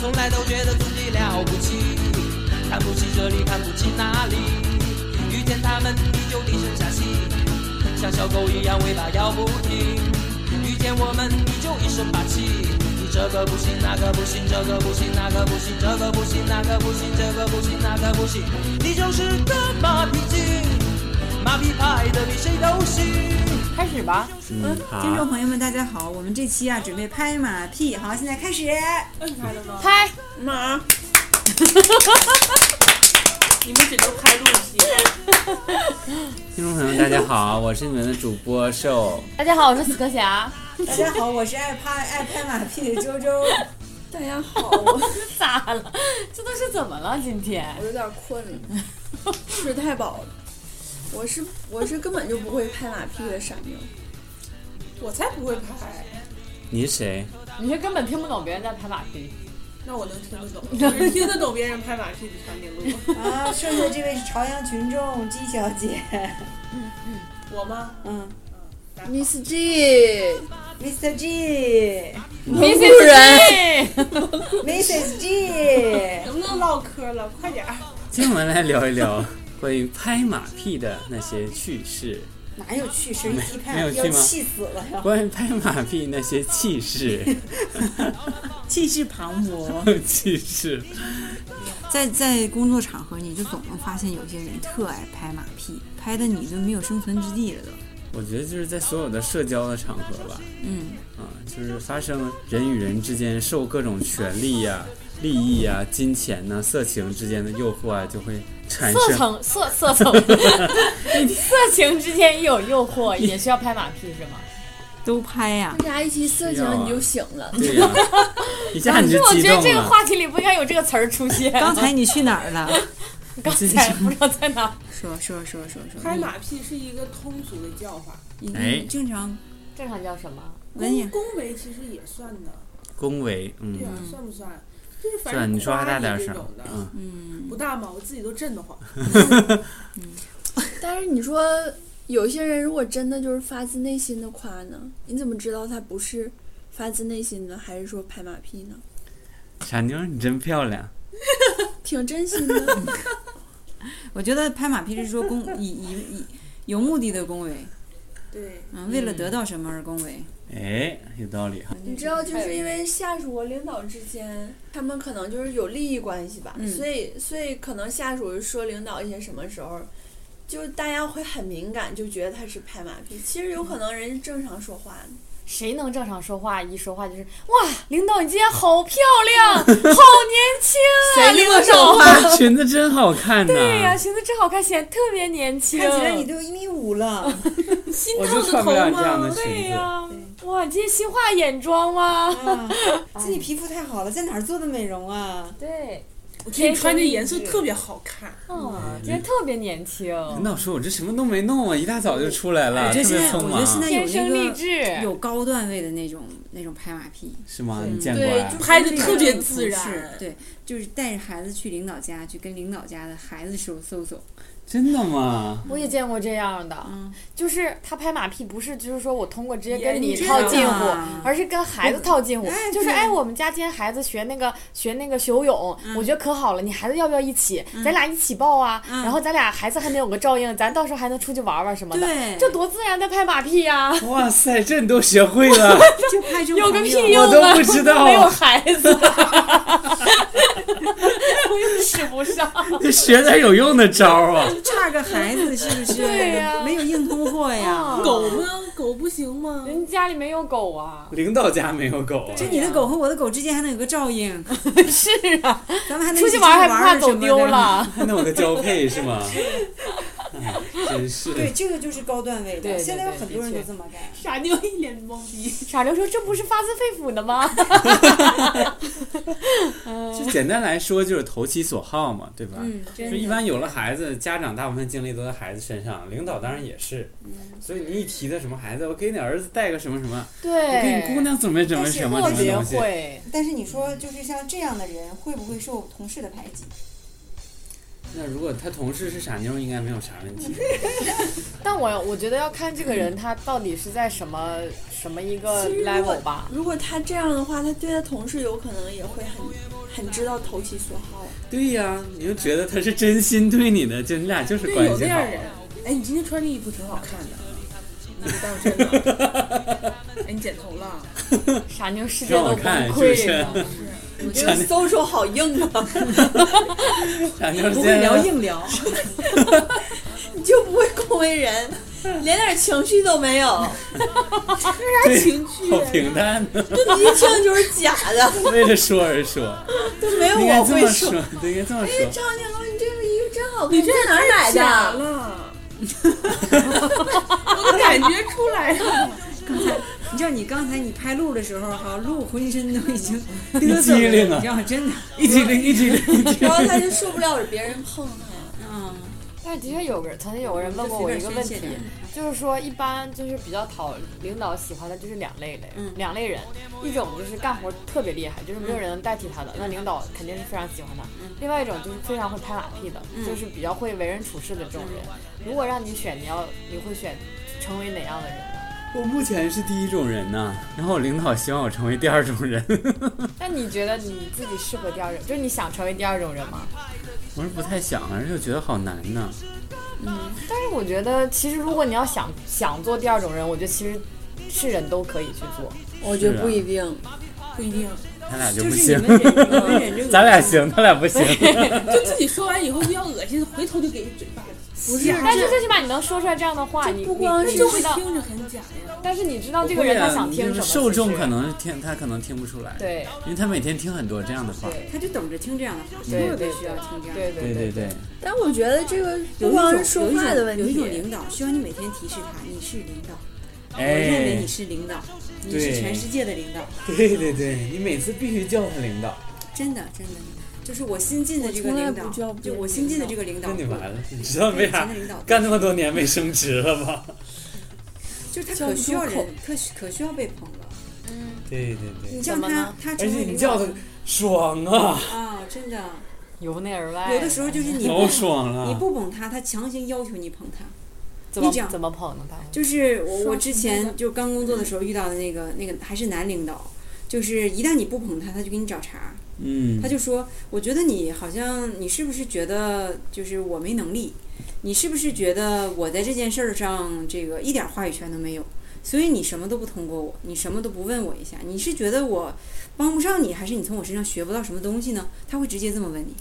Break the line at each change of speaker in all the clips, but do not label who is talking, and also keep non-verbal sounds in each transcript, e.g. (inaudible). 从来都觉得自己了不起，看不起这里，看不起那里。遇见他们，你就低声下气，像小狗一样尾巴摇不停。遇见我们，你就一身霸气。你这个不行，那个不行，这个不行，那个不行，这个不行，那个不行，这个不行，那个不行。你就是个马屁精，马屁拍的比谁都行。
开始吧。
嗯，
听
好，
众朋友们，大家好，我们这期啊准备拍马屁，好，现在开 (laughs) 始。
拍，
妈，
你们只能拍录戏。
听众朋友们，大家好，我是你们的主播瘦，
大家好，我是死磕 (laughs) 侠。
大家好，我是爱拍爱拍马屁的周周。
大家好，我
咋了？这都是怎么了？今天
我有点困了，吃太饱了。我是我是根本就不会拍马屁的傻妞，
我才不会拍，
你是谁？
你是根本听不懂别人在拍马屁。
那我能听得懂，就是听得懂别人拍马屁的长颈鹿。
啊，剩下这位是朝阳群众 G 小姐，
嗯我吗？
嗯
，Miss G，
，Mr. G，Mrs.
蒙
古人，
G， (laughs)
能不能唠嗑了？快点儿！
今天我们来聊一
(laughs)
聊关于拍马屁的那些趣事，
哪有趣事？一起
没
看
有
要
趣吗
气死了呀！
关于拍马屁那些
(laughs)
气势，
气势磅礴。
气势。
在在工作场合，你就总能发现有些人特爱拍马屁，拍的你就没有生存之地了都。
我觉得就是在所有的社交的场合吧，
嗯，
啊，就是发生人与人之间受各种权利呀、利益呀、金钱呐、色情之间的诱惑啊，就会产
色
生
情色色情， (laughs) 色情之间也有诱惑，也需要拍马屁是吗？
都拍呀、
大家一起色
是啊
情你就醒了。
(laughs)
对呀、一下
可
你
是
就
我
激
觉得
动
这个
了。
话题里不应该有这个词儿出现。
(laughs) 刚才你去哪儿了？
刚才不知道在哪儿。
说说说说说，
拍马屁是一个通俗的叫法，
你
哎
你正常
正常叫什么？
文
恭
雅
恭维其实也算呢，
恭维，嗯
对，啊，算不算？就是反
算
正
你说话大点
夸你这
声
种，的，
嗯，
嗯
不大嘛，我自己都震得慌。
但是你说有些人如果真的就是发自内心的夸呢，你怎么知道他不是发自内心的，还是说拍马屁呢？
傻妞儿你真漂亮。
挺真心的， (laughs)
我觉得拍马屁是说恭以以以有目的的恭维，
对，
嗯，为了得到什么而恭维。
哎，有道理哈。
你知道，就是因为下属和领导之间，他们可能就是有利益关系吧，
嗯
所以所以可能下属说领导一些什么时候，就大家会很敏感，就觉得他是拍马屁。其实有可能人家正常说话呢，
谁能正常说话？一说话就是哇，领导你今天好漂
(laughs)
亮，好年轻啊！领导，
哇，裙子真好看呐！
对呀、裙子真好看，显得特别年轻。
看起来你都一米五了，
心
我就
烫
穿
的
不了你
头
这样的
吗？
裙
对
子
呀、。哇，你今天新化眼妆吗？
啊，自己皮肤太好了，在哪儿做的美容啊？
对，
我觉得你穿这颜色特别好看，
啊，
嗯
今天特别年轻，
领导说：“我这什么都没弄啊，一大早就出来了，
我
特
觉得现
别
在，
匆
我觉
忙
得，现在有
天生丽
那个
质。
有高段位的那种那种拍马屁，
是吗？
嗯
你见过啊呀
对？就
拍的特别
不
自
是
然。
对，就是带着孩子去领导家，去跟领导家的孩子手搜搜。
真的吗？
我也见过这样的，
嗯
就是他拍马屁，不是就是说我通过直接跟
眼
你
睛
套近乎
啊，
而是跟孩子套近乎，
哎
就是
对
哎，我们家今天孩子学那个学那个学游泳，我觉得可好了，你孩子要不要一起？咱俩一起报啊，
嗯
然后咱俩孩子还能有个照应，咱到时候还能出去玩玩什么的，
对
这多自然的拍马屁呀、
哇塞，这你都学会了，
就拍哎这种
有个
朋
屁
友
用
我
啊！
都
(laughs)
不知道
没有孩子， (laughs) 我又使不上。
这学点有用的招儿啊！
差个孩子是不是？
对呀
没有硬通货呀。
狗吗？狗不行吗？
人家里没有狗啊，
领导家没有狗啊，
就你的狗和我的狗之间还能有个照 (laughs) 应，
(laughs) 是啊，
咱们还能一
出
起
去玩还
儿
不怕
什么
走
的
丢。
(laughs)
了。
还能有个交配是吗？哎真是
(laughs) 对，这个就是高段位
对
的，
对
现在有
对
很多人
的
都
确
这么干。
傻妞一脸懵逼。
傻妞说：“这不是发自肺腑的吗？
就简单来说就是投其所好嘛，对吧？
嗯，
就一般有了孩子，家长大部分精力都在孩子身上，领导当然也是。所以你一提到什么孩子，我给你儿子带个什么什么，
对，
我给你姑娘准备准备什么
特
什么
别
东西，
会，
但是你说，就是像这样的人，会不会受同事的排挤？
那如果他同事是傻妞，应该没有啥问题。
但我我觉得要看这个人他到底是在什么什么一个
其实如果
level 吧。
如果他这样的话，他对他同事有可能也会很很知道投其所好。
(laughs) 对呀、你就觉得他是真心对你的，就你俩就是
对，
关
有
系
那
好啊
样。人。哎，你今天穿这衣服挺好看的，你不当真了？ (laughs) 哎，你剪头了？
傻妞世界都
让我
崩 (laughs)
看
溃
是
了
不，
你
(laughs)
这个搜索好硬啊， (laughs)
咱就是
不会聊硬聊，
你就不会恭维人，连点情绪都没有，
对
情趣
好平淡呢， (laughs)
就一听就是假的，
为了说而说，
就没有
应该
我
这
会
么
说。
说，对应该这么
哎，
说。
张建龙，你这个衣服真好看，你这哪儿
太
买
假
的？
了，我都感觉出来了。
(gasps) 你知道你刚才你拍录的时候哈，录浑身都已 (laughs) 经嘚瑟了，
机灵啊
你知道真的，
一激灵，一激灵，一激灵
(laughs) 然后他就受不了别人碰他，
(laughs) 嗯，
但是的确有个人曾经有个人问过我一个问题，就是说一般就是比较讨领导喜欢的就是两类类，
嗯
两类人，一种就是干活特别厉害，就是没有人能代替他的，那领导肯定是非常喜欢他；
嗯
另外一种就是非常会拍马屁的，
嗯
就是比较会为人处事的这种人。如果让你选，你要你会选成为哪样的人呢？
(laughs) 我目前是第一种人呐、然后我领导希望我成为第二种人， (laughs)
那你觉得你自己适合第二种，就是你想成为第二种人吗？
我是不太想啊，而且我觉得好难呢、
但是我觉得，其实如果你要想想做第二种人，我觉得其实是人都可以去做。
我
觉得不一
定。啊
不一定，
咱啊俩就
就
不
是
行
你，们忍，你们忍
(laughs)
这个，
咱俩行，他俩不
(laughs)
行。
就自己说完以后比较恶心，回头就给一嘴巴。不
是
啊
但是最起码你能说出来这样的话，你
不光
你
嗯是
你
就
知
会
道，
听着很假呀。
但是你知道这个人他想听
(laughs)
什么。
受众
其实
可能是听他可能听不出来，，
对
因为他每天听很多这样的话。
对
他就等着听这样的话，
对
特别
对
需要听这样的话。
对
对
对
对，
但我觉得这个
有
不
一种
光是说话的问
有一种有一
题，
种领导需要你每天提示他，你是领导，
哎，
我认为你是领导，你是
对
全世界的领导，
对对对，你每次必须叫他领导，
真的真的，就是我新进的这个
我从来
领
不
导，
叫别人
就我新进的这个领导，
那你完了，你知道为啥
真的领导
干那么多年没升职了吧？
就是他可
叫不
需
出
要
口
人，可需可需要被捧了。
对对对，
你叫
怎么
他
呢，
他
而
成
且
为
你
领
叫
导
他爽啊，
啊，真的，
由内而
哎
外。啊
有的时候就是你
哎好
不
爽
你
啊！
不捧他，他强行要求你捧他。
怎么
你讲
怎么捧呢？他
就是我
双
我
重
之
的
前就刚工作的时候遇到的那个那个还是男领导，就是一旦你不捧他，他就给你找茬儿。
嗯
他，就说：“我觉得你好像，你是不是觉得就是我没能力？你是不是觉得我在这件事儿上这个一点话语权都没有？所以你什么都不通过我，你什么都不问我一下？你是觉得我帮不上你，还是你从我身上学不到什么东西呢？”他会直接这么问你，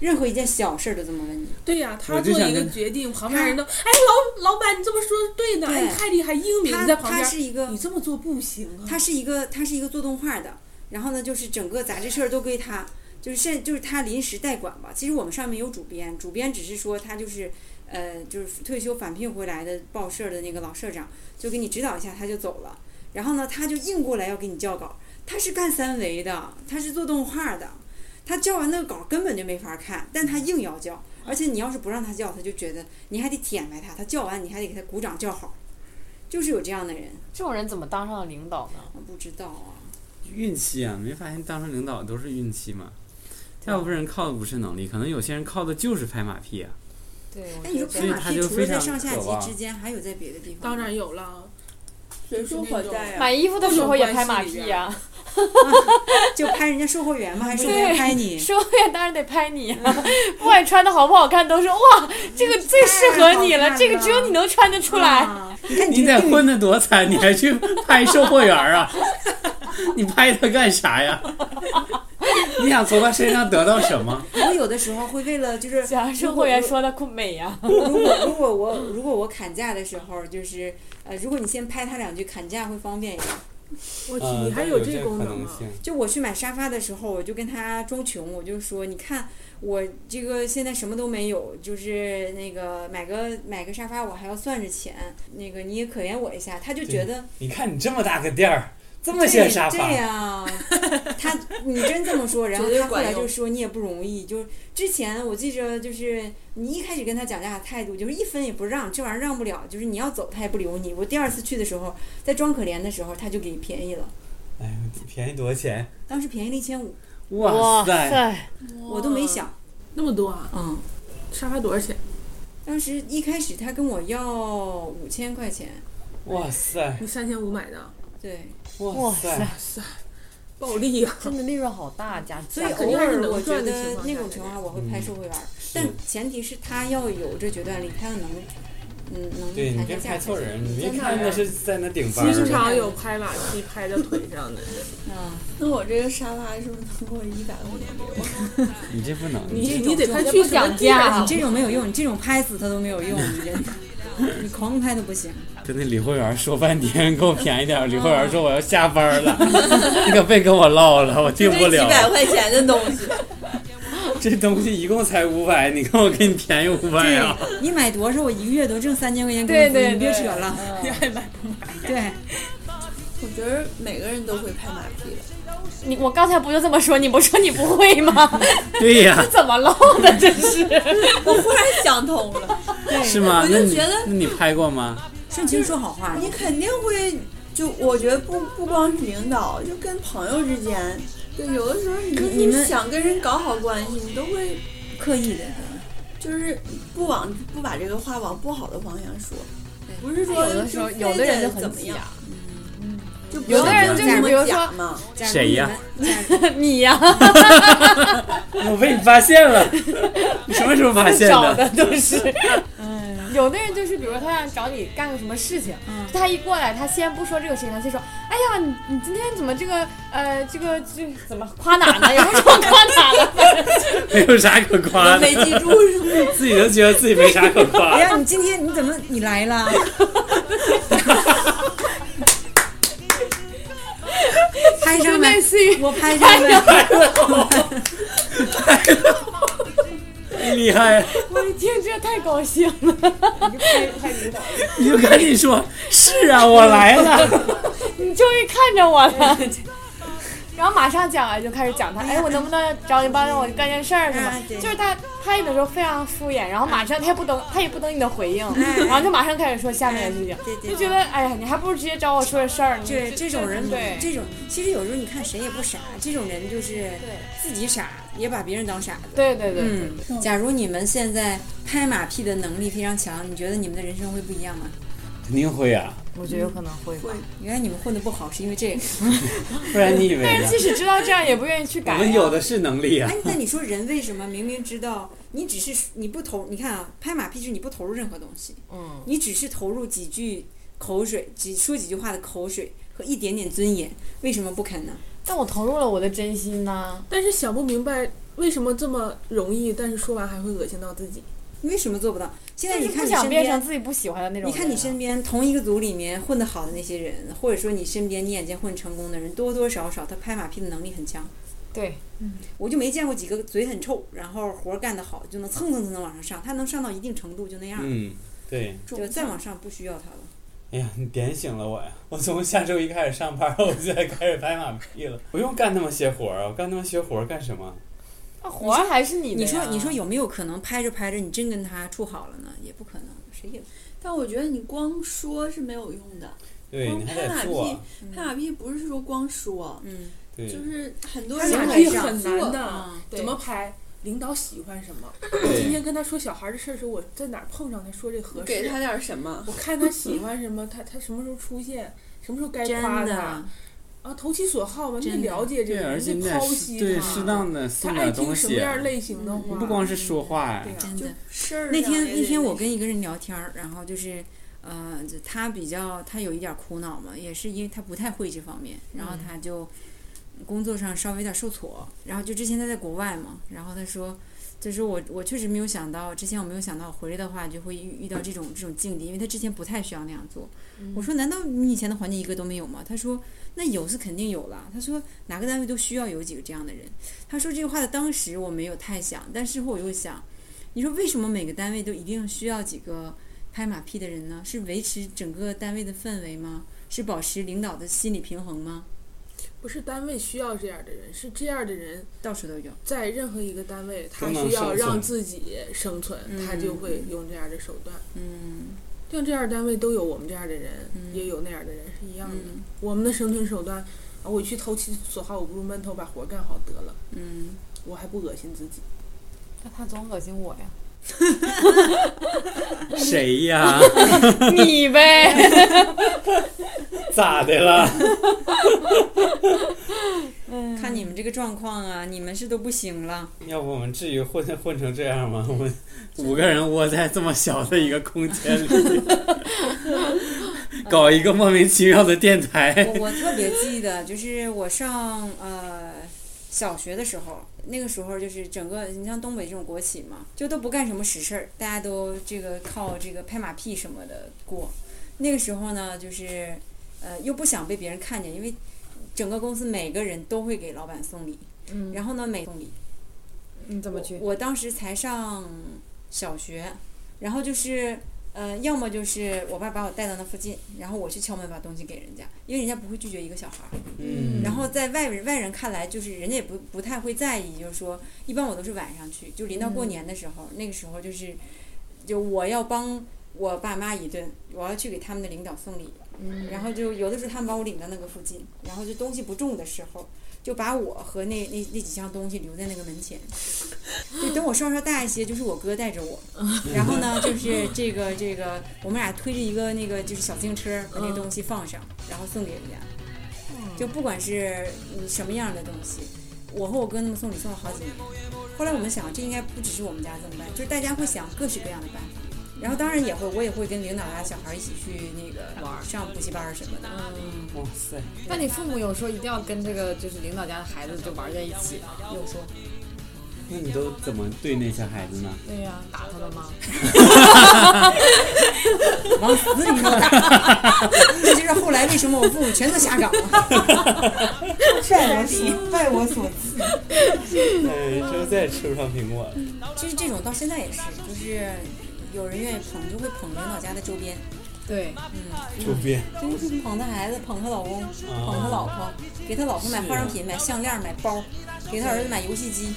任何一件小事儿都这么问你。
对呀，他
我就
做
想
一个
跟
决定，旁边人都哎老老板你这么说是对的，哎
对
你太厉害，英明
他
你在旁
他
边，
是一个
你这么做不行啊。
他是一个他是一个做动画的，然后呢，就是整个杂志社都归他，就是现就是他临时代管吧。其实我们上面有主编，主编只是说他就是呃就是退休返聘回来的报社的那个老社长，就给你指导一下，他就走了。然后呢，他就硬过来要给你校稿，他是干三维的，他是做动画的，他校完那个稿根本就没法看，但他硬要校。而且你要是不让他校，他就觉得你还得舔埋他，他校完你还得给他鼓掌叫好，就是有这样的人，
这种人怎么当上领导呢？
我不知道啊。
运气啊，没发现当上领导都是运气吗？大部分人靠的不是能力，可能有些人靠的就是拍马屁啊。
对，
哎，你说拍
所以
马
他
屁
就
除
非
了在
常
上下
渴
级
望
之间，还有在别的地方？
当，然有了，
谁说我在呀？
买衣服的时候也拍马屁呀、
就拍人家售货员嘛，还是别人拍你？
(laughs) 说也当然得拍你呀、 (laughs) 不管穿的好不好看，都说哇，这个最适合你
太好看
了，
了
这个只有你能穿得出来。
啊
你看
你
这个
得
定语，
混的多惨，你还去拍售货员啊？ (laughs) 你拍他干啥呀？你想从他身上得到什么？
我有的时候会为了就是
(laughs) 假如售货员说的酷美呀、
如果，如果如果我如果我砍价的时候，就是呃，如果你先拍他两句，砍价会方便一点。
我去，
嗯，
你还
有
这功
啊
可能
能吗？
性。
就我去买沙发的时候，我就跟他装穷，我就说，你看我这个现在什么都没有，就是那个买个买个沙发，我还要算着钱，那个你也可怜我一下。他就觉得
你看你这么大个店儿，这
这
么些沙
这
发，
呀，他你真这么说，然后
绝对
他后
管
来
用
就说你也不容易，就是之前我记着就是你一开始跟他讲价的态度就是一分也不让，这玩意儿让不了，就是你要走他也不留你。我第二次去的时候，在装可怜的时候，他就给便宜了，
哎呦，便宜多少钱？
当时便宜了一千五，
哇塞！，
我都没想，
那么多啊，
嗯，
沙发多少钱？
当时一开始他跟我要五千块钱，
哇塞，
你三千五买的，
对，
哇
哇
塞
哎
塞，
暴利啊！
真的利润好大，加
所以
加
肯
偶
定还是
尔
能
我觉
赚的
得那
情况下
种
的
情况下我会拍
嗯
社会玩儿，但前提是他要有这决断力，他要能，嗯，能
对你
谈
别
下
拍
价
错
才行。
人，你一
真的
看那
呀
是在那顶班
经
儿。
常有拍马屁拍到腿
(laughs)
上的，
(laughs) 啊，
那我这个沙发是不是能给我一百块钱？
你这不能，
你
这种
你得看
这
去
不
什么
讲
地儿
价
你这种没有用，你这种拍死他都没有 (laughs) 用，你真的，你狂拍都不行。
跟那理货员说半天，给我便宜点儿。理货员说
嗯
我要下班了，你可别跟我唠了，我
就
定不
这几百
了。
块钱的东西，
这东西一共才五百，你看我给你便宜五百啊！
对，你买多少，我一个月都挣三千块钱工
对
资，
对
你别
对
扯了。 (laughs) 对，
我觉得每个 (laughs) 人都会拍马屁的。
你我刚才不就这么说？你不说你不会吗？
对呀、
这 (laughs) 怎么唠的？真是，
我忽然想通了，
是吗？
我就
那你
觉得
那你拍过吗？
顺情说好话，
你肯定会，就我觉得不不光是领导，就跟朋友之间，就有的时候你
你们
想跟人搞好关系，你都会
刻意的。
就是不往不把这个话往不好的方向说，不是说
有的时候
就非
有的人
得
就很
怎么样嗯
假，，
就不
有的
要
人
这
就是
么
比如
假
说
嘛，
假如
谁
你
呀
们？假如
你呀、
我被你发现了，你什么时候发现
找的
的？
都是。有的人就是，比如说他想找你干个什么事情，他一过来，他先不说这个事情，他先说，哎呀，你你今天怎么这个呃这个这怎么夸哪 (laughs) 呢？然后说夸哪 (laughs) 了？
没有啥可夸的
都没，记住是吗？
自己都觉得自己没啥可夸
哎。
啊
呀，你今天你怎么你
(laughs)
来了？拍
就
上
类
呗，
似于
我拍上呗。
厉害！啊
我一听这太高兴了，
你就赶紧说，是啊，我来了。
你终于看着我
(laughs)
了。然后马上讲完就开始讲他，哎，我能不能找你帮让我干件事儿什么
啊？对哎
就是他拍你的时候非常敷衍，然后马上他也不等，他也不等你的回应，然后就马上开始说下面的事情，
对对
就觉得哎呀，你还不如直接找我说这事儿呢。
这这种人，
对，
这种其实有时候你看谁也不傻，这种人就是自己傻，也把别人当傻子。
对对对，
嗯，假如你们现在拍马屁的能力非常强，你觉得你们的人生会不一样吗？
肯定会啊，
我觉得有可能会
啊
吧。
原来你们混的不好是因
(laughs)
为这个。
不然你以为
但是
呢？
即使知道这样，也不愿意去
我
改、
们有的是能力啊
哎。，那你说人为什么明明知道你只是你不投？你看啊，拍马屁是你不投入任何东西，
嗯，
你只是投入几句口水，几说几句话的口水和一点点尊严，为什么不肯呢？
但我投入了我的真心呐、
但是想不明白为什么这么容易，但是说完还会恶心到自己。
为什么做不到？现在
但
你
是
看
不
你身
想变
边
成。自己不喜欢的那种
你
人啊。
看你身边同一个组里面混得好的那些人，或者说你身边你眼见混成功的人，多多少少他拍马屁的能力很强。
对，
啊我就没见过几个嘴很臭，然后活儿干得好就能蹭蹭蹭蹭往上上，他能上到一定程度就那样，
嗯，对。
就再往上不需要他了。
哎呀，你点醒了我呀！我从下周一开始上班，我就开始拍马屁了。不用干那么些活儿啊，我干那么些活儿干什么？
那活儿还是你的
你
呀
说你说有没有可能拍着拍着你真跟他处好了呢？也不可能，谁也
但我觉得你光说是没有用的，
对
光
你还
拍马
得
屁
做。，
拍马屁不是说光说，
嗯
对，
就是很多
拍
人
马
还
屁
是要
很
做
难的
啊，
怎么拍？领导喜欢什么？
对
今天跟他说小孩的事儿时，候，我在哪儿碰上他说这合
给他
适？
点儿什么。
我看他喜欢什么，他他什么时候出现，什么时候该夸他啊？投其所好嘛，你得
真的
了解这
对，
个
而
人，
且
去
你得
剖
适
析
对
他
适当的送
他爱
点东
听什么
西，啊
样类型的话，
不光是说话呀
对。呀
真的。
事儿啊
嗯那天
也
那
得
天我跟一个人聊天儿，然后就是，呃，就他比较他有一点儿苦恼嘛，也是因为他不太会这方面，然后
嗯
他就工作上稍微有点受挫，然后就之前他在国外嘛，然后他说，就是我我确实没有想到，之前我没有想到回来的话就会遇遇到这种这种境地，因为他之前不太需要那样做。
嗯
我说难道你以前的环境一个都没有吗？他说那有是肯定有了，他说哪个单位都需要有几个这样的人。他说这个话的当时我没有太想，但事后我又想。你说为什么每个单位都一定需要几个拍马屁的人呢？是维持整个单位的氛围吗？是保持领导的心理平衡吗？
不是单位需要这样的人，是这样的人
到处都有。
在任何一个单位，他
都能
需要
生存
让自己生存，呃他就会用这样的手段。
嗯
像这样的单位都有我们这样的人，
嗯
也有那样的人，是一样的。
嗯
我们的生存手段，啊，我去投其所好，我不如闷头把活儿干好得了，
嗯，
我还不恶心自己。
那他总恶心我呀。
(laughs)
(laughs)
谁呀？
你呗，
(laughs) 咋的了？ (laughs)
看你们这个状况啊，你们是都不行了。
要不我们至于混混成这样吗？我们 (laughs) 五个人窝在这么小的一个空间
(laughs)
里，搞一个莫名其妙的电台。
我我特别记得，就是我上呃小学的时候，那个时候就是整个你像东北这种国企嘛，就都不干什么实事儿，大家都这个靠这个拍马屁什么的过。那个时候呢，就是呃又不想被别人看见，因为整个公司每个人都会给老板送礼，
嗯
然后呢每送礼。
你嗯怎么去？
我当时才上小学，然后就是呃，要么就是我爸把我带到那附近，然后我去敲门把东西给人家，因为人家不会拒绝一个小孩儿。
嗯，
然后在外人外人看来，就是人家也不不太会在意，就是说，一般我都是晚上去，就临到过年的时候，那个时候就是，就我要帮我爸妈一顿，我要去给他们的领导送礼，
嗯
然后就有的时候他们把我领到那个附近，然后就东西不重的时候，就把我和那那那几箱东西留在那个门前，就等我稍稍大一些，就是我哥带着我，然后呢，就是这个这个，我们俩推着一个那个就是小自行车，把那个东西放上，然后送给人家。就不管是嗯什么样的东西，我和我哥他们送礼送了好几年。后来我们想，这应该不只是我们家这么办，就是大家会想各式各样的办法。然后当然也会，我也会跟领导家小孩一起去那个上补习班儿什么的。
哇塞，
嗯那你父母有时候一定要跟这个就是领导家的孩子就玩在一起吗？
有说，
那你都怎么对那些孩子呢？
对呀、打他们 (laughs) 吗？
往死里弄，这 (laughs) 就是后来为什么我父母全都瞎搞。
拜我所拜我所赐。
哎，这再也吃不上苹果了。
就是这种到现在也是，就是有人愿意捧，就会捧领导家的周边，
对，
周边
就是捧他孩子，捧他老公，捧他老婆，给他老婆买
啊
化妆品、买项链、买包，给他儿子买游戏机，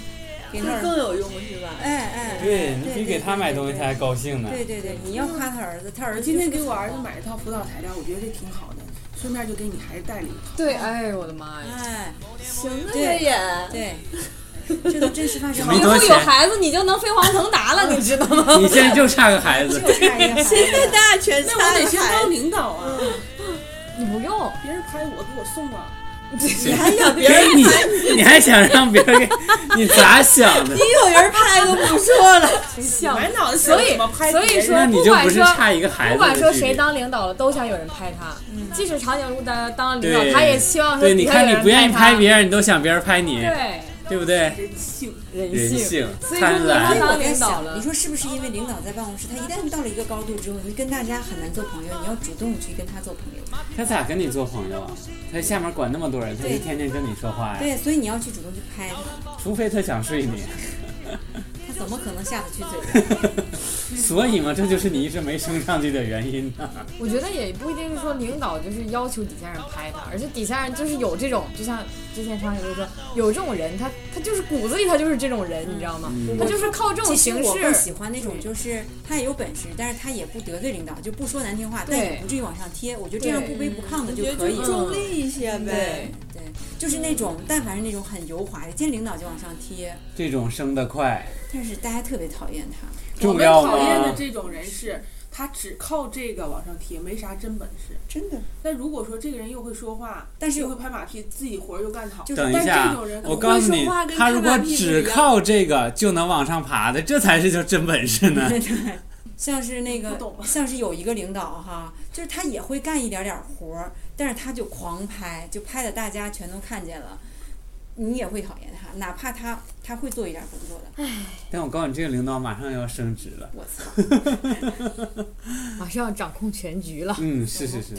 给他儿
会
子，
更有用是吧？
哎哎，
对你比给他买东西他还
才。
高兴呢。
对对对，你要夸他儿子，他儿
我
子
今天给
就是
我儿子买一套辅导材料，我觉得这挺好的，顺便就给你孩子带了一套。
对，哎呦我的妈
(laughs)
呀！
哎，
行，那
对
这也
对，这都真实发生。
没
以
多
后
少
有
钱
孩子你就能飞黄腾达了，你知道吗？ (laughs)
你现在就差个孩子
就，差一个孩子，
大全
那我
下
得
的
先
孩
当
子，
领导啊，
你不用，
别人拍我给我送啊，
你还要
别
别人，
哎人你你还想让别人给你咋想的？
你有人拍都不错了。
像
满脑子想
所以
怎么拍别
所
人。
以说
那你就不
不管
是
说
差一个孩子，
不管说谁。当领导了，都想有人拍他。即使长颈鹿当当领导，他也希望说
对，你
底下
看
有
你
人
不愿意
拍
拍
他
别人，你都想别人拍你，
对
对不对？
人
人
性。
性
所以说
贪
你要
婪，
当
(laughs) 我在
领导
想，
了
你，说是不是因为领导在办公室，他一旦到了一个高度之后，你跟大家很难做朋友，你要主动去跟他做朋友。
他咋跟你做朋友啊？他下面管那么多人，他
对
一天天跟你说话呀，
对，所以你要去主动去拍他，
除非他想睡你。
他怎么可能下得去嘴？
所以嘛，这就是你一直没升上去的原因呐、
我觉得也不一定是说领导就是要求底下人拍他，而是底下人就是有这种，就像之前长颈鹿说，有这种人，他他就是骨子里他就是这种人，你知道吗？他就是靠这种
嗯其实
形
我更喜
式。
欢那种，就是他也有本事，但是他也不得罪领导，就不说难听话，但也不至于往上贴。我觉得这样不卑不亢的
嗯
就可以
就
了。
中立一些
嗯
呗
对。对，就是那种，但凡是那种很油滑的，见领导就往上贴，
这种升得快，
但是大家特别讨厌他。
我
重
们
要嗯
讨厌的
吗？
这种人是，他只靠这个往上贴，没啥真本事。
真的，
但如果说这个人又会说话，
但是
又会拍马屁，自己活儿又干得好，
就是
等
但
一
是
下
这种人，
我告诉你，他如果只靠这个就能往上爬的，这才是叫真本事
(laughs)
呢。
对对，像是那
不
个
懂，
像是有一个领导哈，就是他也会干一点点活儿，但是他就狂拍，就拍的大家全都看见了，你也会讨厌他，哪怕他他会做一点工作的，
但我告诉你，这个领导马上要升职了。
我操，
马上要掌控全局了，
嗯，是是是，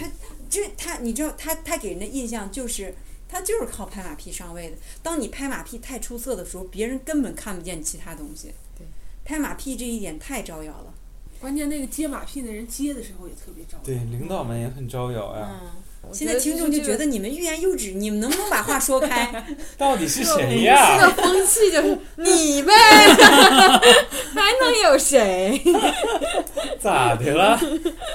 这他你知道他他给人的印象就是。他就是靠拍马屁上位的。当你拍马屁太出色的时候，别人根本看不见其他东西
对。
拍马屁这一点太招摇了。
关键那个接马屁的人接的时候也特别着急。
对，领导们也很招摇呀、
嗯，
我
现在听众就觉得你们欲言又止，你们能不能把话说开？ (laughs)
到底是谁
(laughs)
呀、
这个风气就是你 (laughs) 呗，还能有谁？
咋的了？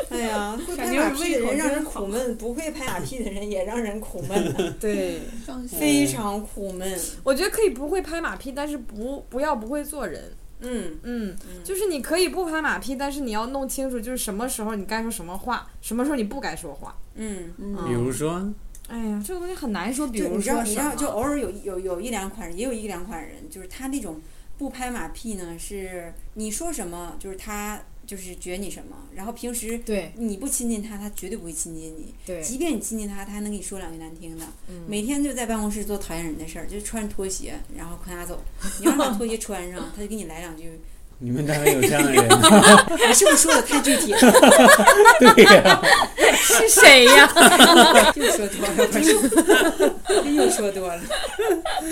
哎呀，会拍马屁的人让人苦闷，不会拍马屁的人也让人苦闷，
对，
上
(laughs)
心
非常苦闷。
我觉得可以不会拍马屁，但是不不要不会做人。
嗯，
嗯，就是你可以不拍马屁，但是你要弄清楚，就是什么时候你该说什么话，什么时候你不该说话。
嗯，
比如说，
哎呀，这个东西很难说。比
就
如
你知道，
说
你
什
知道，就
么？
偶尔有有有一两款人，也有一两款人，就是他那种不拍马屁呢，是你说什么，就是他就是撅你什么，然后平时
对
你不亲近他，他绝对不会亲近你。
对 (laughs) 嗯
即便你亲近他，他还能给你说两句难听的。每天就在办公室做讨厌人的事儿，就是穿着拖鞋，然后看
(laughs)
他走。你让他把拖鞋穿上，他就给你来两句。
你们单位有这样的人吗？
你是不是说的太具
(laughs)
体了？
对呀、
是谁呀？
又说多了，不是？
(laughs)
又说多了。
(laughs)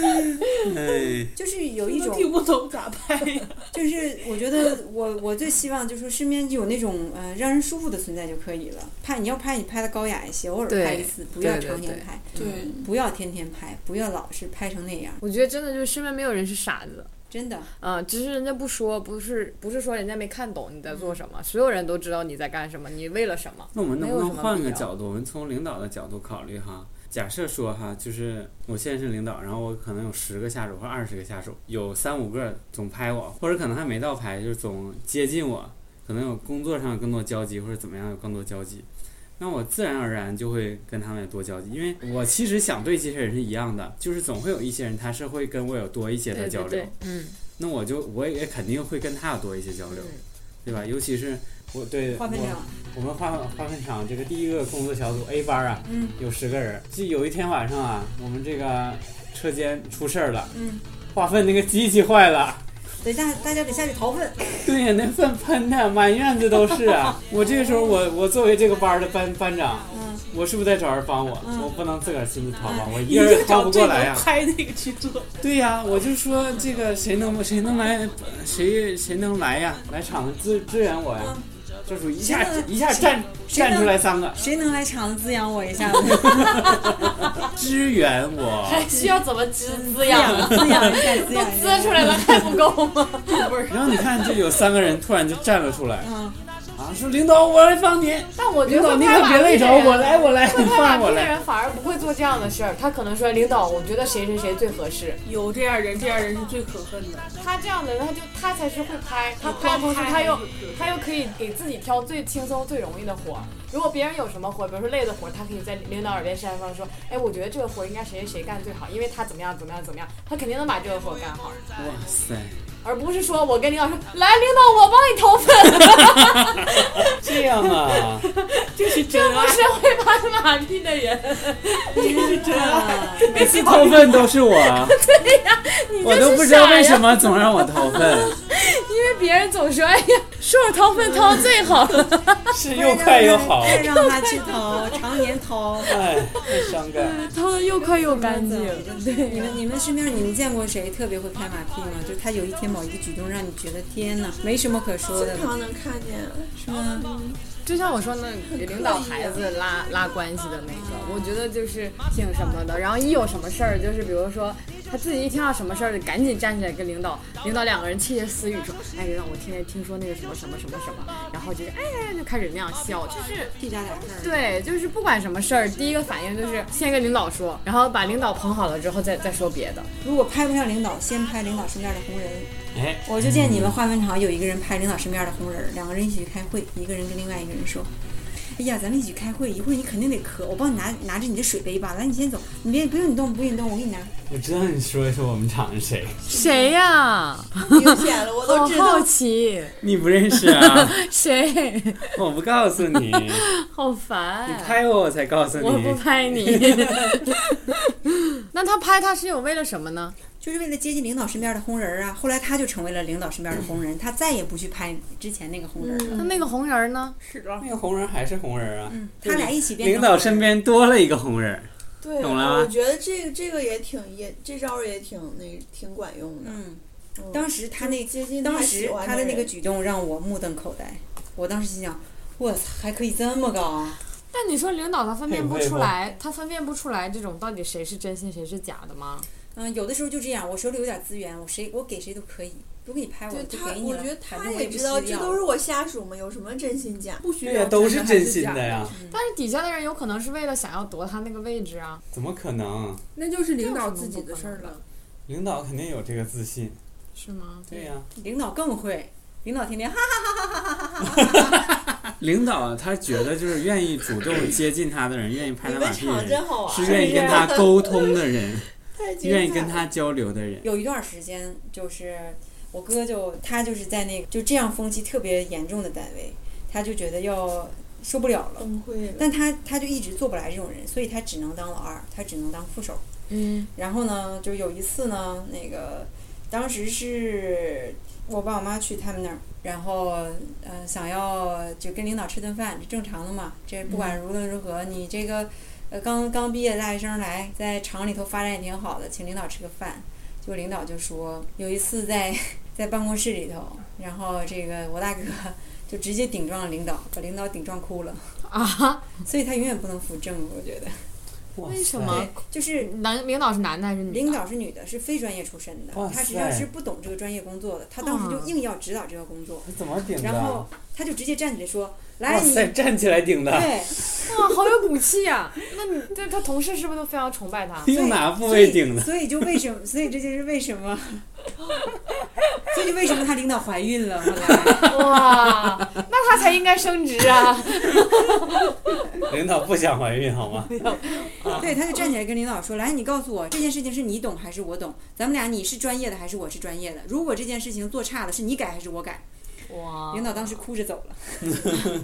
哎，
就是有一种，
听不懂咋拍呀？
就是我觉得我我最希望就是身边有那种呃让人舒服的存在就可以了。拍你要拍，你拍的高雅一些，偶尔
对
拍一次，不要
对对
常
对
年拍，嗯
对，
不要天天拍，不要老是拍成那样。
(laughs) 我觉得真的就是身边没有人是傻子，
真的，
啊，只是人家不说，不是不是说人家没看懂你在做什么，所有人都知道你在干什么，你为了什么。
那我们能不
没有什
能
么
换个
必要
角度？我们从领导的角度考虑哈。假设说哈，就是我现在是领导，然后我可能有十个下属或二十个下属，有三五个总拍我，或者可能还没到拍，就是总接近我，可能有工作上有更多交集，或者怎么样有更多交集。那我自然而然就会跟他们有多交集，因为我其实想对这些人是一样的，就是总会有一些人他是会跟我有多一些的交流，
嗯，
那我就我也肯定会跟他有多一些交流，
嗯
对吧？尤其是我对
划分
我
场，
我们化化粪厂这个第一个工作小组 A 班啊，
嗯
有十个人。就有一天晚上啊，我们这个车间出事儿了，
嗯，
化粪那个机器坏了， (laughs)
对大大家得下去掏粪，
对呀，那粪喷的满院子都是啊。我这个时候我，我作为这个班儿的班班长，
嗯，
我是不是得找人帮我？
嗯哎
我不能自个儿亲自掏吧，我一
你
个
就
人掏
找
不
这
过
个
来啊呀、
拍那个去做，
对呀、我就说这个谁能谁能来，谁谁能来呀、来厂子支支援我呀、这属于一下
嗯谁能
一下站
谁能
站出来三个
谁能来厂子滋养我一下子？
支援我，
(laughs) 需要怎么滋滋啊 (laughs)
滋养一下，滋养一下。
出来了还不够吗？
然后你看，这有三个人突然就站了出来，
嗯
啊，说领导我来帮你，
但我觉
领
得会
导您
拍
可
马
别累
屁
着
的人
我，来我来，
会
你
拍马
放
屁
我
的
来。
人反而不会做这样的事儿，他可能说领导，我觉得谁谁谁最合适。
有这样人，这样人是最可恨的。
他这样的人，他就他才是会拍，他拍的同时他又他又可以给自己挑最轻松最容易的活儿。如果别人有什么活儿，比如说累的活儿，他可以在领导耳边扇风说，哎，我觉得这个活儿应该谁谁谁干最好，因为他怎么样怎么样怎么样，他肯定能把这个活儿干好，
哇塞，
而不是说我跟领导说，来，领导我帮你投分，
这样 (laughs) 啊，
(laughs) 这不是会拍马屁的人，
每次掏粪都是我，啊 (laughs) 我都不知道为什么总让我掏粪，
(laughs) 因为别人总说，哎呀，是我掏分掏得最好了。 (laughs)
(laughs) 是又快又好，
再让他去掏，常年掏。
哎，太伤感。
掏的又快又干净，
你们你们身边你们见过谁特别会拍马屁吗？就是他有一天某一个举动让你觉得天哪，没什么可说的
经，常能看见，
是吗？
就像我说那给领导孩子拉 (laughs) 拉关系的那个，我觉得就是挺什么的。然后一有什么事儿，就是比如说他自己一听到什么事儿，就赶紧站起来跟领导，领导两个人窃窃私语说：“哎，领导，我天天听说那个什么什么什么什么。”然后就是哎，就开始那样笑，就是
屁大点事儿。
对，就是不管什么事儿，第一个反应就是先跟领导说，然后把领导捧好了之后再再说别的。
如果拍不上领导，先拍领导身边的红人。
哎，
我就见你们化粪场有一个人拍领导身边的红人，两个人一起去开会，一个人跟另外一个人说：“哎呀，咱们一起开会，一会儿你肯定得渴，我帮你拿拿着你的水杯吧。来，你先走，你别不用你动，不用你动，我给你拿。
我知道你说的是我们厂是 (laughs) 谁，
谁呀、
明显了，我都知道。
奇，
你不认识 (laughs) 啊？
谁？
我不告诉你，你
好烦
拍我我才告诉
我不
你。
拍你。那他拍他是有为了什么呢？
就是为了接近领导身边的红人啊。后来他就成为了领导身边的红人，他再也不去拍之前那个红人了。
那那个红人儿呢？
是的，
那个红人还是红人啊，
嗯，他俩一起变成
领导身边多了一个红人。
对，
懂了吗
我觉得这个这个也挺也这招儿也挺那挺管用的。
嗯，
嗯
当时他那
接近
当
喜
时
欢
他的那个
人
举动让我目瞪口呆，我当时心想，我操，还可以这么高啊！
但你说领导他分辨不
佩服
出来，他分辨不出来这种到底谁是真心谁是假的吗？
嗯，有的时候就这样，我手里有点资源，我谁我给谁都可以。如果你拍我，
对
就
他，
给你
我
了。
觉得
反
他
正我
也
不
知
需
道，这
要
都是我下属嘛，有什么真心假？
不需
对
要
呀，都是真心
假
的呀，
但是底下的人有可能是为了想要夺他那个位置啊。
怎么可能？
那就是领导自己的事儿了。
领导肯定有这个自信，
是吗？
对呀、
领导更会，领导天天哈
领导他觉得就是愿意主动接近他的人，愿意拍
你
他
们
马屁
吵
的
真
人，
好玩
是
儿，
愿意跟他沟通的人，
太精彩了
愿意跟他交流的人。
有一段时间，就是我哥就他就是在那个就这样风气特别严重的单位，他就觉得要受不了了，
崩溃了。
但他他就一直做不来这种人，所以他只能当老二，他只能当副手。
嗯，
然后呢，就有一次呢，那个当时是我爸我妈去他们那儿，然后呃想要就跟领导吃顿饭，这正常的嘛。这不管无论如何，你这个呃刚刚毕业的大学生来，在厂里头发展也挺好的，请领导吃个饭。就领导就说，有一次在 (laughs) 在办公室里头，然后这个我大哥就直接顶撞领导，把领导顶撞哭了，
啊，
所以他永远不能扶正，我觉得。
为什么？
对，
哎
就是
男领导是男的还是女的？
领导是女的，是非专业出身的
嗯哇，
她实际
塞哦
上是不懂这个专业工作的，她当时就
啊
硬要指导这个工作，
你怎么顶
然后她就直接站起来说：“来，
哇
你
塞，站起来顶 (laughs) 的，
对，
哇，好有骨气呀、那你对他同事是不是都非常崇拜他？
用哪部位顶的？
所以就为什么，所以这就是为什么，所以就为什么她领导怀孕了，
(laughs)
后
啊
来
哇，那他才应该升职啊！
领导不想怀孕好吗？
对，她就站起来跟领导说：来，你告诉我这件事情是你懂还是我懂？咱们俩你是专业的还是我是专业的？如果这件事情做差了，是你改还是我改？
(laughs) 哇，
领导当时哭着走了。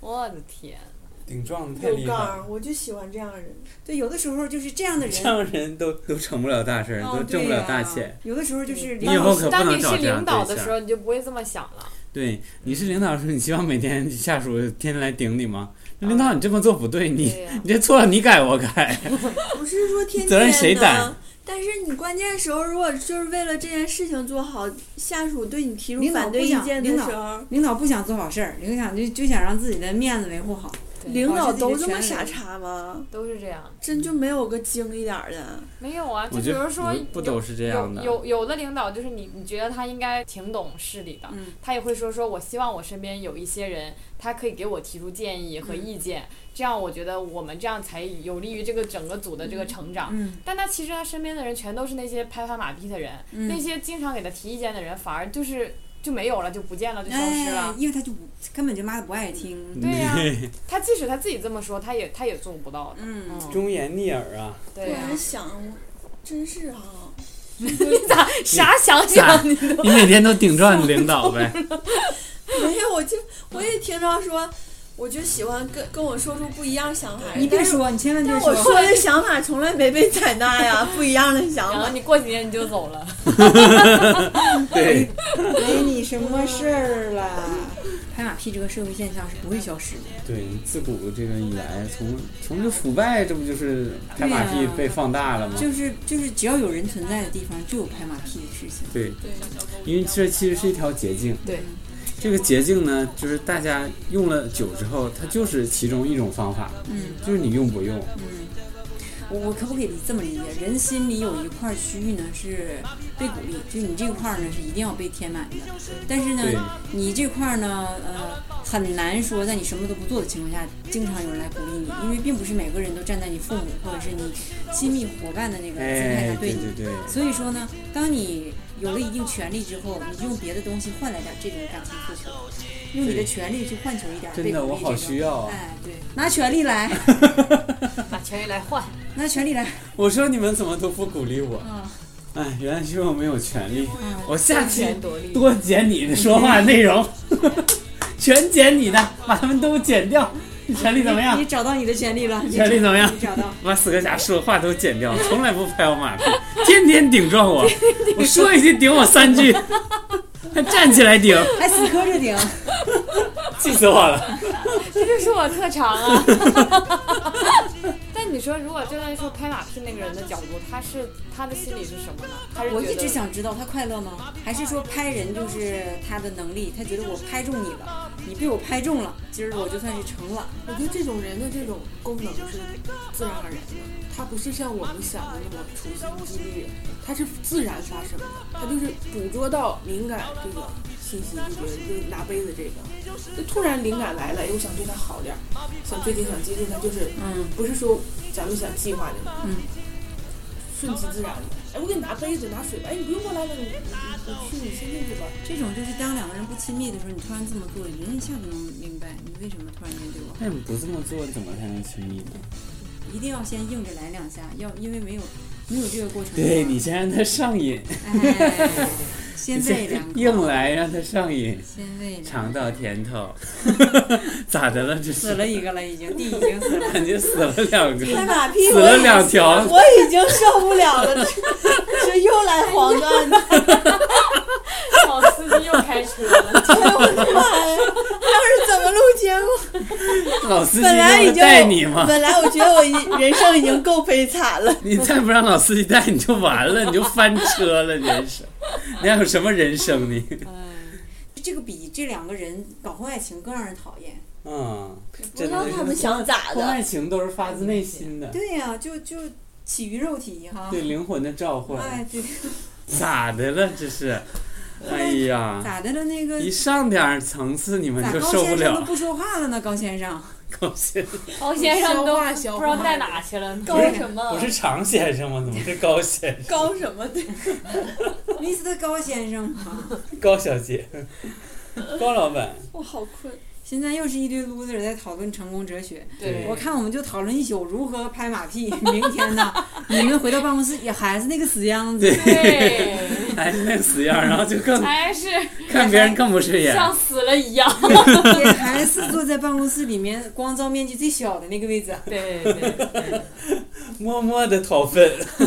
我的天，
顶撞的太
有
厉害
杠
了
儿，，我就喜欢这样的人。
对，有的时候就是这样的
这
人，
样人都都成不了大事儿，
哦
都挣不了大钱。。
对呀有的时候就是
你
领
以
导
后可不
当
能
你
找
是
这样
领导
对
的时
象。
候，你就不会这么想了。
对，你是领导的时候，你希望每天下属天天来顶你吗？领导，你这么做不对，你
对呀
你这错了你改我改。
不是说天
责任
天
谁担
的，但是你关键时候如果就是为了这件事情做好，下属对你提出
领导
反对
不
意
想
见的
领导
时候，
领导不想做好事儿，领导就就想让自己的面子维护好。
领导
保
都
持自
这
己
么
的权
傻
利
叉吗？
都是这样，
真就没有个精一点儿的？
没有啊？就
我
比
觉得
如说
不不都是这样的
有有
(laughs)
有的领导就是你，你觉得他应该挺懂事理的，
嗯
他也会说说，我希望我身边有一些人，他可以给我提出建议和意见，
嗯
这样我觉得我们这样才有利于这个整个组的这个成长。
嗯
但他其实他身边的人全都是那些拍他马屁的人，
嗯
那些经常给他提意见的人，反而就是就没有了，就不见了，就消失了。
哎，因为他就不根本就妈的不爱听。
对呀、
(laughs)
他即使他自己这么说，他也他也做不到的。
嗯，
嗯，
忠言逆耳
(laughs)
啊！
对
我
呀、
还想，真是啊哈、
啥想
咋 (laughs)
想？
你每天都顶撞你领导
(laughs)
呗？
(laughs) 没有，我就我也听到说，我就喜欢跟跟我说出不一样想法。
你别
但是，
说，你千万别
但我
说。
说的想法从来没被采纳呀， (laughs) 不一样的想
然后
法。
你过几年你就走了，
对，
没哎你什么事儿了。嗯拍马屁这个社会现象是不会消失的。
对，自古这个以来，从从这腐败，这不就是拍马屁被放大了吗？
就是就是，只要有人存在的地方，就有拍马屁的事情。
对，
对，
因为这其实是一条捷径。
对，
这个捷径呢，就是大家用了久之后，它就是其中一种方法，
嗯
就是你用不用。
嗯，我我可不可以这么理解？人心里有一块区域呢是被鼓励，就你这块儿呢是一定要被填满的。但是呢
对，
你这块儿呢，呃，很难说在你什么都不做的情况下，经常有人来鼓励你，因为并不是每个人都站在你父母或者是你亲密伙伴的那个
嗯
姿态
哎，
上
对
你。
对对，
所以说呢，当你有了一定权利之后，你就用别的东西换来点这种感情付出，用你的
对
权利去换求一点被
真的
鼓励
我好
这种
需要啊
哎，对，拿权利来，
把权益来换。
拿权利来。
我说你们怎么都不鼓励我？哎，原来是因为我没有权利。
嗯
我下期多剪你的说话内容， (laughs) 全剪你的，把他们都剪掉。你权利怎么样
你？找到你的权利了？你
权利怎么样
你找到。
把死磕侠说的话都剪掉，从来不拍我马屁，天天顶撞我，我说一句顶我三句，还站起来顶，
还哎死磕着顶，
气死我了。
(laughs) 这就是我特长 (laughs) 啊。但你说，如果站在说拍马屁那个人的角度，他是他的心理是什么呢？他是
我
觉
一
得
直，想知道他快乐吗？还是说拍人就是他的能力？他觉得我拍中你了，你被我拍中了，今儿我就算是成了。
我觉得这种人的这种功能是自然而然的，他不是像我们想的那么处心积虑，他是自然发生的，他就是捕捉到敏感这个信息，就觉得就拿杯子这个，就突然灵感来了，哎我想对他好点儿，想最近想接近他，就是
嗯
不是说咱们想计划的，
嗯，
顺其自然的。哎，我给你拿杯子拿水吧，哎，你不用过来了，你你你去你先进去吧。
这种就是当两个人不亲密的时候，你突然这么做，人家一下就能明白你为什么突然间对我好。
哎那你不这么做，怎么才能亲密呢？
一定要先硬着来两下，要因为没有没有这个过程。
对你，先让他上瘾，
哎， (laughs) 先喂两口，
硬来让他上瘾，
先喂两口。
尝到甜
(laughs)
头。咋的了？这
死
是
了一个了，已经，地已经死了。
感觉死了两个，(laughs)
拍马屁
死
我
了
已
两
(laughs)
条。
我已经受不了了，这这又来黄段子，
(laughs)
老哦司机又开车 (laughs) 了，
哎呦我
(laughs)
的妈呀！要是怎么录
(laughs)
节目？
老司机
本来已
让他
经
带你吗？
本来我觉得我已人生已经够悲惨了，
你再不让老司机带，你就完了，你就翻车了，人
(laughs)
生。你还有什么人生呢？
(laughs) 这个比这两个人搞婚外情更让人讨厌。
嗯，
不知
真
道
的是
他们想咋
婚
的。
外情都是发自内心的，
对呀、就就起于肉体哈。
对灵魂的召
哎
唤。，
对，
咋的了？这是，哎呀，
咋的了？那个
一上点儿层次你们
咋
就
高
受不
先生都
了。
不说话了呢？高先 (laughs) 生，
高先生，
高先生都
消
不
化
知
消
道
化
带哪去了呢。
高什么
嗯
不？是常先生吗？怎么是高先生？
高什么？对，
Mr. 高先生嘛，
高小姐，
(laughs)
高老板，
我好困。
现在又是一堆 loser 在讨论成功哲学。
对
我看我们就讨论一宿如何拍马屁。明天呢，你们回到办公室也还是那个死样子。
对，
(laughs) 还是那个死样儿，然后就更
还是
看别人更不顺眼。
像死了一样。
也还是坐在办公室里面光照面积最小的那个位置，
对对对，
默默的讨分，
(laughs)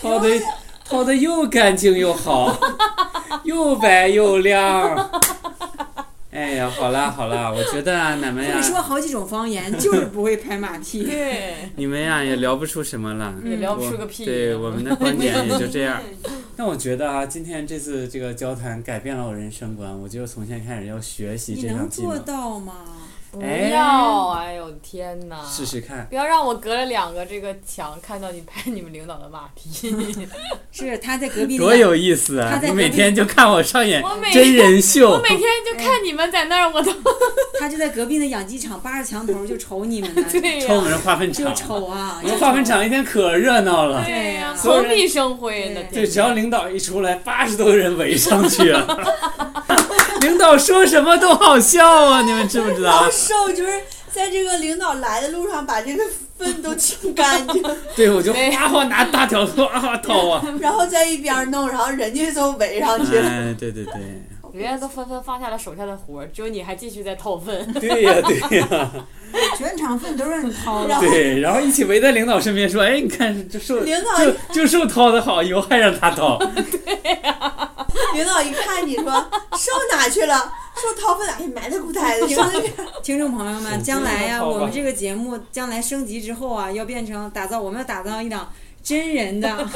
讨的讨的又干净又好，又白又亮。哎呀，好啦好啦，我觉得啊，你们
会说
呀，
好几种方言，就是不会拍马屁。
对，
你们呀也聊不出什么了，
也聊不出个
我
屁
对，我们的观点也就
(laughs)
这样。但我觉得啊，今天这次这个交谈改变了我人生观，我就从现在开始要学习
你
这项
能
技
做
能，
到吗？
不
哎
要！哎呦天哪！
试试看。
不要让我隔了两个这个墙看到你拍你们领导的马屁。
是他在隔壁那
多
个
有意思
他
啊！你
在隔
每
壁
天就看我上演
我每
真人秀，
我每天就看你们在那儿，我都，
他就在隔壁那养鸡场扒着墙头就瞅你们呢
对
(laughs) 瞅我
呀、
们这化粪
就
场，
瞅啊，
我们化粪场一天可热闹了。
对呀、
所有
蓬
人
荜生辉的。
对，只要领导一出来，八十多个人围上去了。领导说什么都好笑啊，你们知不知道
(laughs) 高？瘦就是在这个领导来的路上把这个粪都清干 (laughs) 净，
对，我就哗哗拿大笤帚啊掏啊。
(laughs) 然后在一边弄，然后人家都围上去了。
哎，对对对，
人家都纷纷放下了手下的活儿，只有你还继续在掏
(laughs)
粪。
对呀、对呀、
哎全场粪都让你掏了。
然后
对，然后一起围在领导身边说：“哎，你看就受
领导
就就受掏的好，以后还让他掏。
(laughs) 领导一看你说瘦哪去了，瘦掏粪，哎，埋在裤袋 (laughs) 子，扔那边。
听众朋友们，将来呀、
手机都掏吧
我们这个节目将来升级之后啊，要变成打造，我们要打造一档真
(laughs)
人的、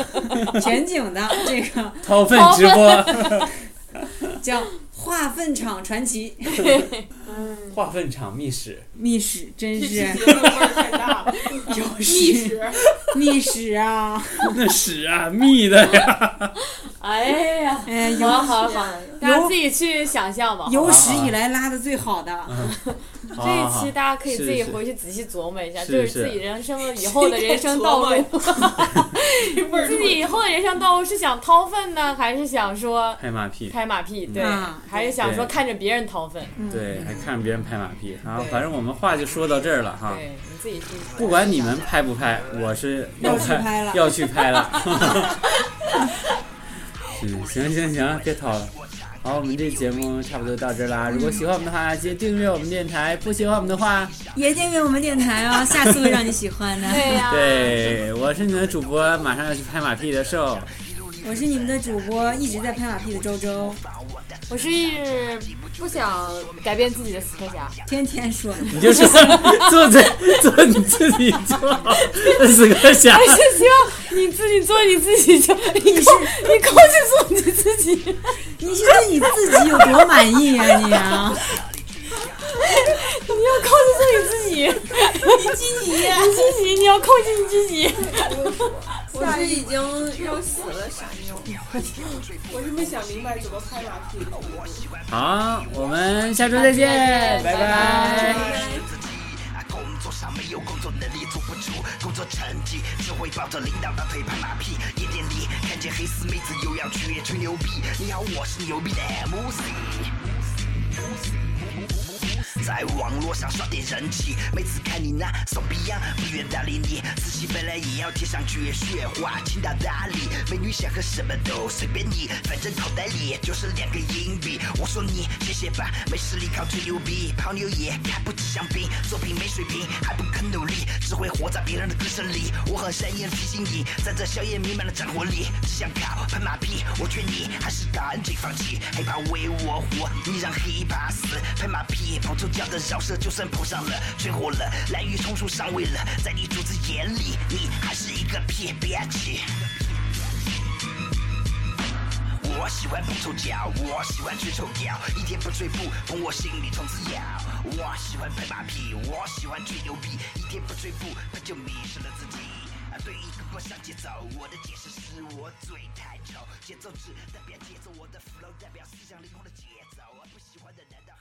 全景的这个
掏粪直播，
叫《化粪场传奇》
化粪场密室，
密室，真
这期
是
节目味儿太大了，
(laughs) 有
历
史
史。
密室啊！
那屎啊，密的呀。
哎呀，
哎，
好
有
了好了好了，大家自己去想象吧。
有史以来拉的最好的，
嗯
这
这一期大家可以
是
自己
是
回去仔细琢磨一下，
是
啊就是
是
自己人生的以后的人生道
谁
路， (laughs) 自己以后的人生道路是想掏粪呢，还是想说
拍马屁，
拍马屁？嗯对，嗯
啊
还是想说
对
看着别人掏粪？
对，还看着别人拍马屁啊
对。
反正我们话就说到这儿了哈。
对，你自己去。
不管你们拍不拍，我是要
要去拍了
要去
(laughs)
拍了。嗯，行行行，别吵了。好，我们这节目差不多到这儿啦。如果喜欢我们的话，记得订阅我们电台；不喜欢我们的话，
也订阅我们电台
(laughs)
哦，下次会让你喜欢的。
对呀、
对，我是你们的主播，马上要去拍马屁的瘦。
我是你们的主播，一直在拍马屁的周周，
我是不想改变自己的死磕 (laughs) 侠。
天天说
你就是
(laughs)
做在做你自己就 (laughs) 好，死个想
还。是哎希望你自己做你自己就，你 (laughs) 控你控制住你自己，
你是对你自己有多满意呀、你
(laughs)
啊？
你要控制住你自己，你自己，你自己，你要控制你自己。
我是已经要死了，啥用？
我是没想明白怎么拍马屁。
好，
哎
我们下周再见，拜拜
拜拜
工作上没有工作作能力做不出工作成绩，只会抱着领导的腿拍马屁。夜店里看见黑丝妹子又要去吹牛逼，你好，我是牛逼的 MC。在网络上刷点人气，每次看你那怂逼样，不愿搭理你。自己本来也要贴上绝学花，轻到打理。美女想喝什么都随便你，反正口袋里就剩两个硬币。我说你谢谢吧，没实力靠吹牛逼，泡妞也看不起香槟，作品没水平还不肯努力，只会活在别人的歌声里。我很善意地提醒你，在这硝烟弥漫的战火里，只想靠拍马屁。我劝你还是赶紧放弃，黑怕为我活，你让黑怕死，拍马屁跑出家的饶舌就算碰上了，吹火了，滥竽充数上位了，在你主子眼里，你还是一个屁憋气。我喜欢捧臭脚，我喜欢吹臭脚，一天不吹不捧我心里从此痒。我喜欢拍马屁，我喜欢吹牛逼，一天不吹不他就迷失了自己。啊，对一个歌上节奏，我的解释是我嘴太丑，节奏只代表节奏，我的 flow 代表思想灵魂的节奏。我不喜欢的难道？